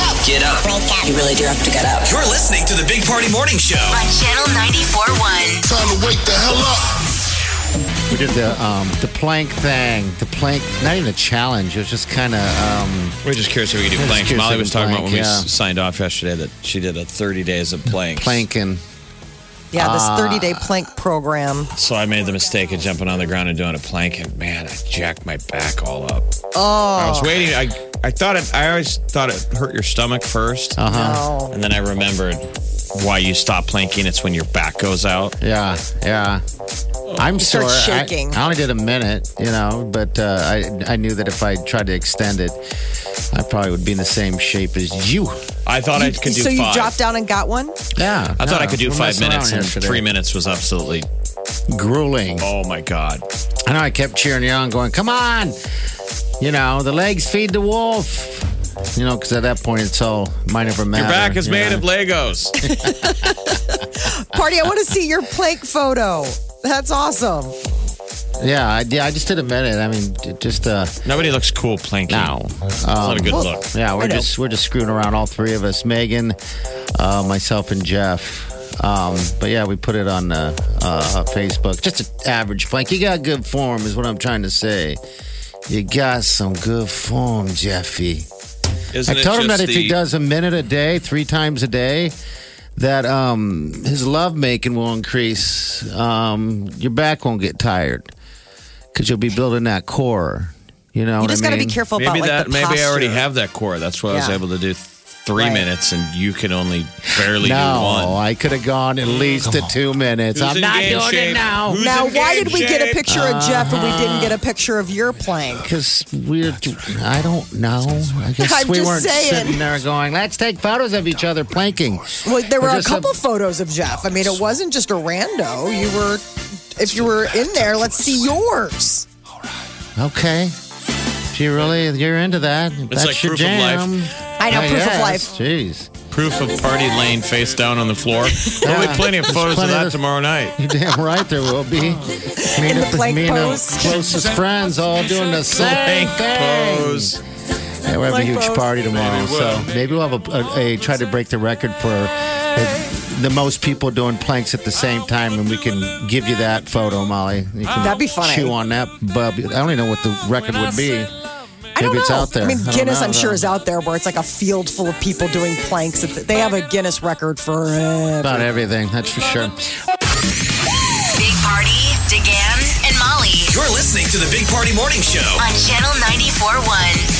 up. Get up. Wake up. You really do have to get up. You're listening to the Big Party Morning Show. On Channel 94.1. Time to wake the hell up. We did the um, the plank thing, the plank. Not even a challenge. It was just kind of um, We're just curious if we could do We're just planks. curious Molly if we was can talking about when we plank, s- signed off yesterday that she did a 30 days of planks. planking. Yeah, this 30 day plank program. So I made the mistake of jumping on the ground and doing a plank, and man, I jacked my back all up. Oh, I was waiting. I I thought it. I always thought it hurt your stomach 1st Uh huh. no. and then I remembered why you stop planking. It's when your back goes out. Yeah, yeah. I'm sore. start I- shaking. I, only did a minute, you know, but uh, I I knew that if I tried to extend it, I probably would be in the same shape as you. I thought I could do so you five. dropped down and got one? Yeah. I thought I could do we're five messing around minutes, and yesterday. three minutes was absolutely. Grueling. Oh my god! I know I kept cheering you on, going, "Come on!" You know, the legs feed the wolf. You know, because at that point, it's all might never matter. Your back is you made know. of Legos. Party, I want to see your plank photo. That's awesome. Yeah, I, yeah. I just did a minute. I mean, j- just uh, Nobody looks cool planking. now. It's not a good Um, Well, look. Yeah, I we're know. just we're just screwing around, all three of us, Megan, uh, myself, and Jeff. Um, but yeah, we put it on uh, uh, Facebook. Just an average plank. You got good form, is what I'm trying to say. You got some good form, Jeffy. Isn't I it told him just that if he the- does a minute a day, three times a day, that um, his love making will increase. Um, your back won't get tired because you'll be building that core. You know, You what just I got to be mean? careful Maybe about like, that. the maybe posture. I already have that core. That's why I was Yeah. able to do three Right. minutes, and you can only barely do No, one. I could have gone at least to two minutes. Who's I'm in not game doing shape? it now. Who's Now, in why game did we get a shape? picture of Jeff and we Uh-huh. didn't get a picture of your plank? Because we're, I don't know. I guess I'm we just weren't saying. sitting there going, let's take photos of each other planking. Well, there We're were a just couple a- photos of Jeff. I mean, it wasn't just a rando. You were, if you were in there, let's see yours. Okay. If you really, you're into that. if That's like your proof of life. jam. I know, I proof of guess. life. Jeez. Proof of party laying face down on the floor. There'll be Yeah. plenty of photos plenty of of that those- tomorrow night. You're damn right there will be. Me and, the plank me and our pose. closest friends all doing the same Plank thing. pose. Yeah, we're having a huge Like those. party tomorrow, Maybe so we'll. maybe we'll have a, a, a try to break the record for uh, the most people doing planks at the same time, and we can give you that photo, Molly. You can That'd be funny. Chew on that, but I don't even know what the record would be. I don't Maybe it's know. out there. I mean, I don't Guinness, know, I'm sure, though. is out there where it's like a field full of people doing planks. They have a Guinness record for. Uh, About everything, that's for sure. Big Party, DeGan, and Molly. You're listening to the Big Party Morning Show. On Channel 94.1.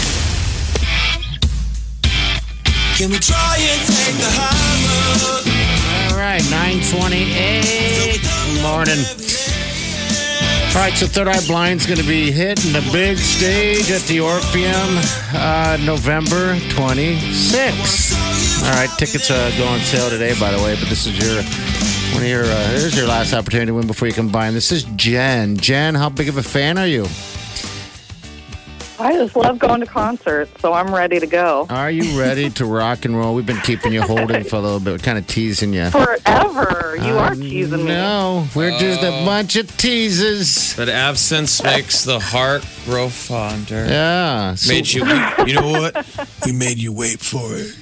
Can we try and take the high road? All right, 928 morning. All right, so Third Eye Blind's going to be hitting the big stage at the Orpheum uh, November 26th. All right, tickets uh, go on sale today, by the way, but this is your one of your uh, here's your last opportunity to win before you can buy. And this is Jen. Jen, how big of a fan are you? I just love going to concerts, so I'm ready to go. Are you ready to rock and roll? We've been keeping you holding for a little bit, kind of teasing you. Forever. You are teasing me. No, we're just a bunch of teasers. That absence makes the heart grow fonder. Yeah. So- Made you. You know what? We made you wait for it.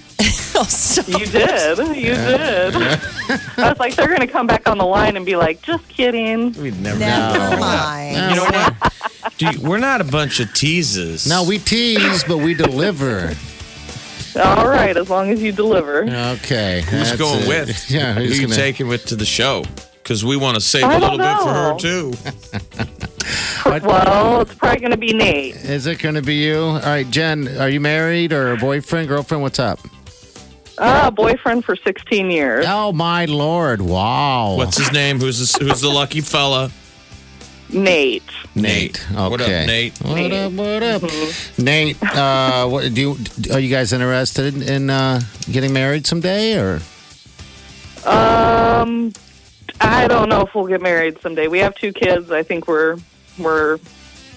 Oh, You did. You did. I was like, they're going to come back on the line and be like, just kidding. We'd never. Never mind. No, You know what? Do you- we're not a bunch of teases. no, we tease, but we deliver. All right, as long as you deliver. Okay. Who's that's going it. with? Yeah, Who who's you going to taking with to the show? Because we want to save I a don't little bit for her know. too. Well, it's probably going to be Nate. Is it going to be you? All right, Jen, are you married or boyfriend, girlfriend? What's up? Ah, boyfriend for 16 years. Oh, my Lord. Wow. What's his name? Who's this, who's the lucky fella? Nate. Nate. Okay. What up, Nate? What up? What up? Nate, uh, what do you? Are you guys interested in uh, getting married someday, or Um, I don't know if we'll get married someday. We have two kids. I think we're we're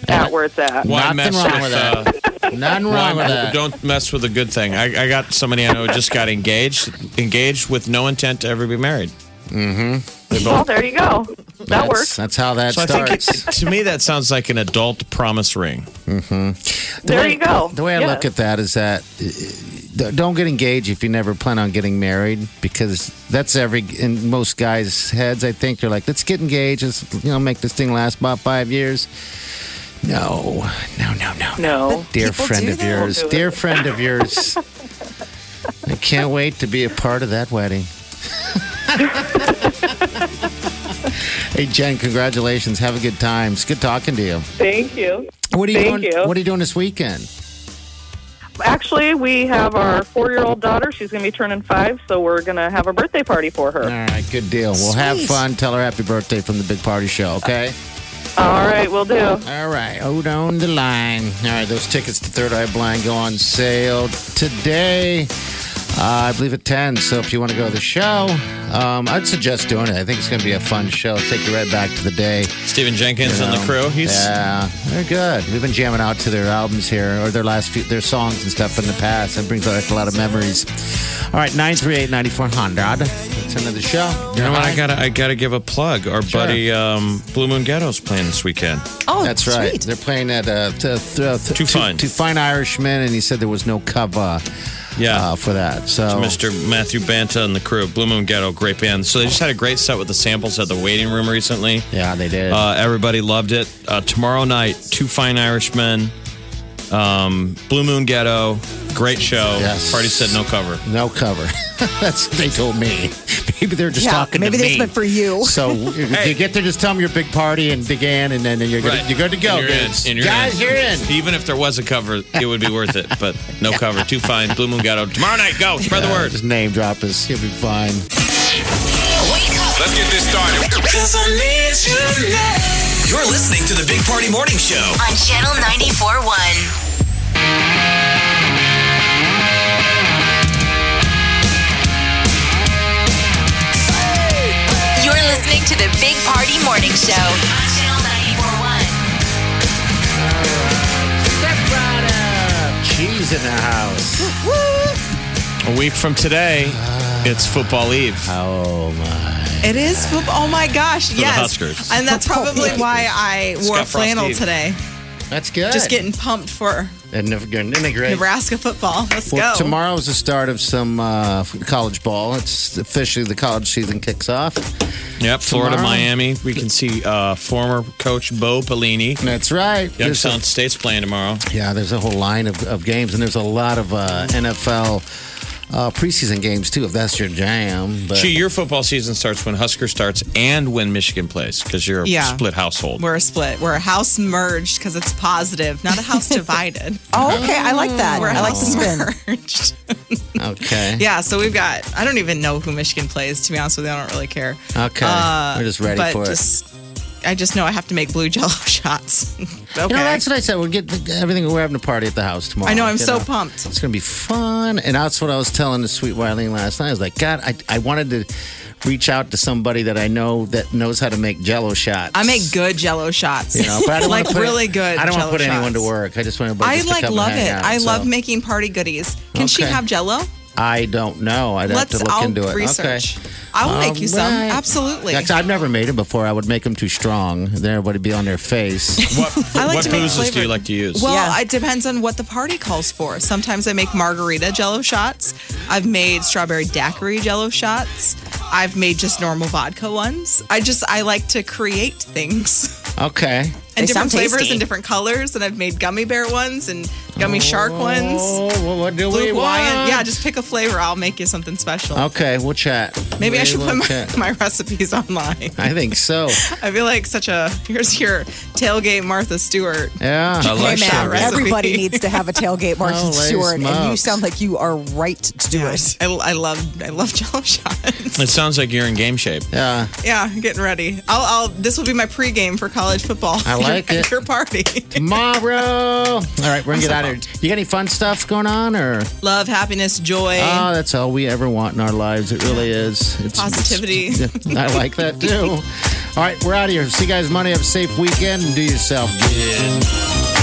at where it's at. Why Nothing mess wrong with, with uh, nothing why wrong with me- that? Don't mess with a good thing. I, I got somebody I know who just got engaged, engaged with no intent to ever be married. Well, Oh, there you go. That that's, works. That's how that So I think it, starts. to me that sounds like an adult promise ring. There you go. The way I Yes. look at that is that uh, don't get engaged if you never plan on getting married because that's every in most guys' heads. I think they're like, let's get engaged, let's you know make this thing last about five years. No, no, no, no, No. dear People friend do of that. yours, Don't do it. dear friend of yours. I can't wait to be a part of that wedding. hey Jen, congratulations. Have a good time. It's good talking to you. Thank you. What are you Thank doing? you. What are you doing this weekend? Actually, we have our four-year-old daughter. She's going to be turning five, so we're going to have a birthday party for her. All right, good deal. We'll have fun. Tell her happy birthday from the Big Party Show, okay? All right, we'll do. All right, hold on the line. All right, those tickets to Third Eye Blind go on sale today. Uh, I believe at 10. So if you want to go to the show, um, I'd suggest doing it. I think it's going to be a fun show. Take you right back to the day. Stephen Jenkins and the Um, crew. He's yeah, they're good. We've been jamming out to their albums here or their last few their songs and stuff in the past. That brings back a lot of memories. All right, 938-9400. That's into the show. You know what? I gotta, I gotta give a plug. Our buddy um, Blue Moon Ghetto's playing this weekend. Oh, That's right. sweet. They're playing at uh, t- th- th- Too Fine. Too Fine Irishman, and he said there was no cover Yeah. uh, for that. So Mr. Matthew Banta and the crew, Blue Moon Ghetto, great band. So they just had a great set with the samples at the waiting room recently. yeah, they did. Uh, everybody loved it. Uh, tomorrow night, Two Fine Irishmen, um, Blue Moon Ghetto, great show. Yes. Party said no cover. no cover. That's what they told me. Maybe they're just yeah, talking maybe to that's me. meant for you. so if you get there, just tell them your big party and Degan, and then you're good. You're good to go, And you're dudes. in. And you're guys. in. You're in. Even if there was a cover, it would be worth it. But no cover. Too fine. Blue Moon Ghetto. Tomorrow night, go. Spread the word. Just name drop us. You'll be fine. Wake up. Let's get this started. Cause I need you now. You're listening to the Big Party Morning Show. On Channel 94.1. You're listening to the Big Party Morning Show. On Channel 94.1. Step right up. Cheese in the house. A week from today, it's football eve. Oh my. It is football. Oh my gosh, the yes. Huskers. And that's probably why I wore got flannel frosty. today. That's good. Just getting pumped for And never going to integrate. Nebraska football. Let's Well, go. tomorrow's the start of some uh, college ball. It's officially the college season kicks off. Yep, Florida, Tomorrow. Miami. We can see uh, former coach Bo Pelini. That's right. There's Youngstown a, State's playing tomorrow. yeah, there's a whole line of, of games, and there's a lot of uh, NFL uh, preseason games too. If that's your jam, but Gee, your football season starts when Husker starts and when Michigan plays because you're a Yeah. split household. We're a split. We're a house merged because it's positive, not a house divided. Oh, okay. I like that. We're a I like the house spin. merged. okay, yeah, so we've got, I don't even know who Michigan plays, to be honest with you. I don't really care. Uh, okay, we're just ready but for it. just, I just know I have to make blue jello shots. okay. You know, that's what I said. We'll get the, everything. We're having a party at the house tomorrow. I know, I'm you so pumped. It's going to be fun. And that's what I was telling the sweet Wileen last night. I was like, God, I, I wanted to reach out to somebody that I know that knows how to make jello shots. I make good jello shots. You know, but I don't wanna like put- really good. I don't want to Jell-O put anyone to shots. work. I just want everybody I just to like come and love hang it. out, I so. love making party goodies. Can she Okay. have jello? I don't know. I'd Let's have to look I'll into it. research. Okay. I will make you some. Alright. Absolutely. Yeah, 'cause I've never made them before. I would make them too strong. Then everybody would be on their face. What, I like what to make boozes do you flavored- like to use? Well, Yeah. it depends on what the party calls for. Sometimes I make margarita jello shots. I've made strawberry daiquiri jello shots. I've made just normal vodka ones. I just I like to create things. okay. and They sound different flavors tasty. and different colors. And I've made gummy bear ones and gummy shark ones. Oh, what, what do Blue we Hawaiian. want? Yeah, just pick a flavor. I'll make you something special. Okay, we'll chat. Maybe I We should will put my, chat. my recipes online. I think so. I feel like such a here's your tailgate Martha Stewart. Yeah. I like Hey, Matt, Charlotte. recipe. Everybody needs to have a tailgate, Martin Holy Stewart, and you smokes. sound like you are right to do it. I, I love I love jello shots. It sounds like you're in game shape. Yeah. Yeah, I'm getting ready. I'll, I'll this will be my pregame for college football. I like At it. Your party. Tomorrow. All right, we're gonna get out of here. You got any fun stuff going on, or love, happiness, joy. oh, that's all we ever want in our lives. It really is. It's Positivity. it's- I like that too. All right, we're out of here. See you guys Monday. Have a safe weekend. and Do yourself good.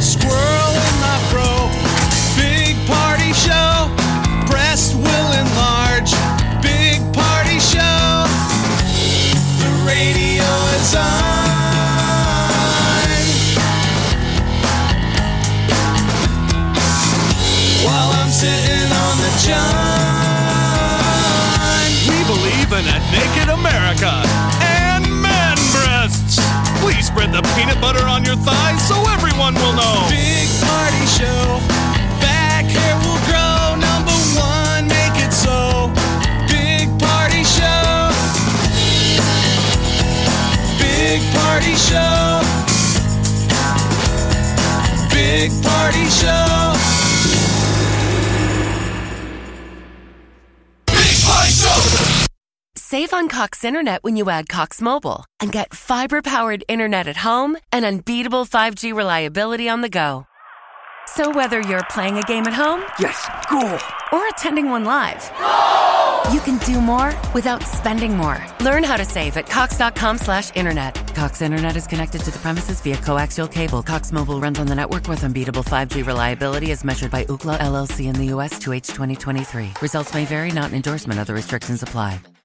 Squirrel in my fro. Big party show. Breast will enlarge. Big party show. The radio is on. While I'm sitting on the john. We believe in a naked America and man breasts. Please spread the peanut butter on your thighs so everyone will know. Big party show. Back hair will grow. Number one, make it so. Big party show. Big party show. Big party show. Big party show. Save on Cox Internet when you add Cox Mobile and get fiber powered internet at home and unbeatable 5G reliability on the go. So, whether you're playing a game at home, yes, cool, or attending one live, you can do more without spending more. Learn how to save at Cox.com slash internet. Cox Internet is connected to the premises via coaxial cable. Cox Mobile runs on the network with unbeatable 5G reliability as measured by Ookla LLC in the US to H2023. Results may vary, not an endorsement. Other restrictions apply.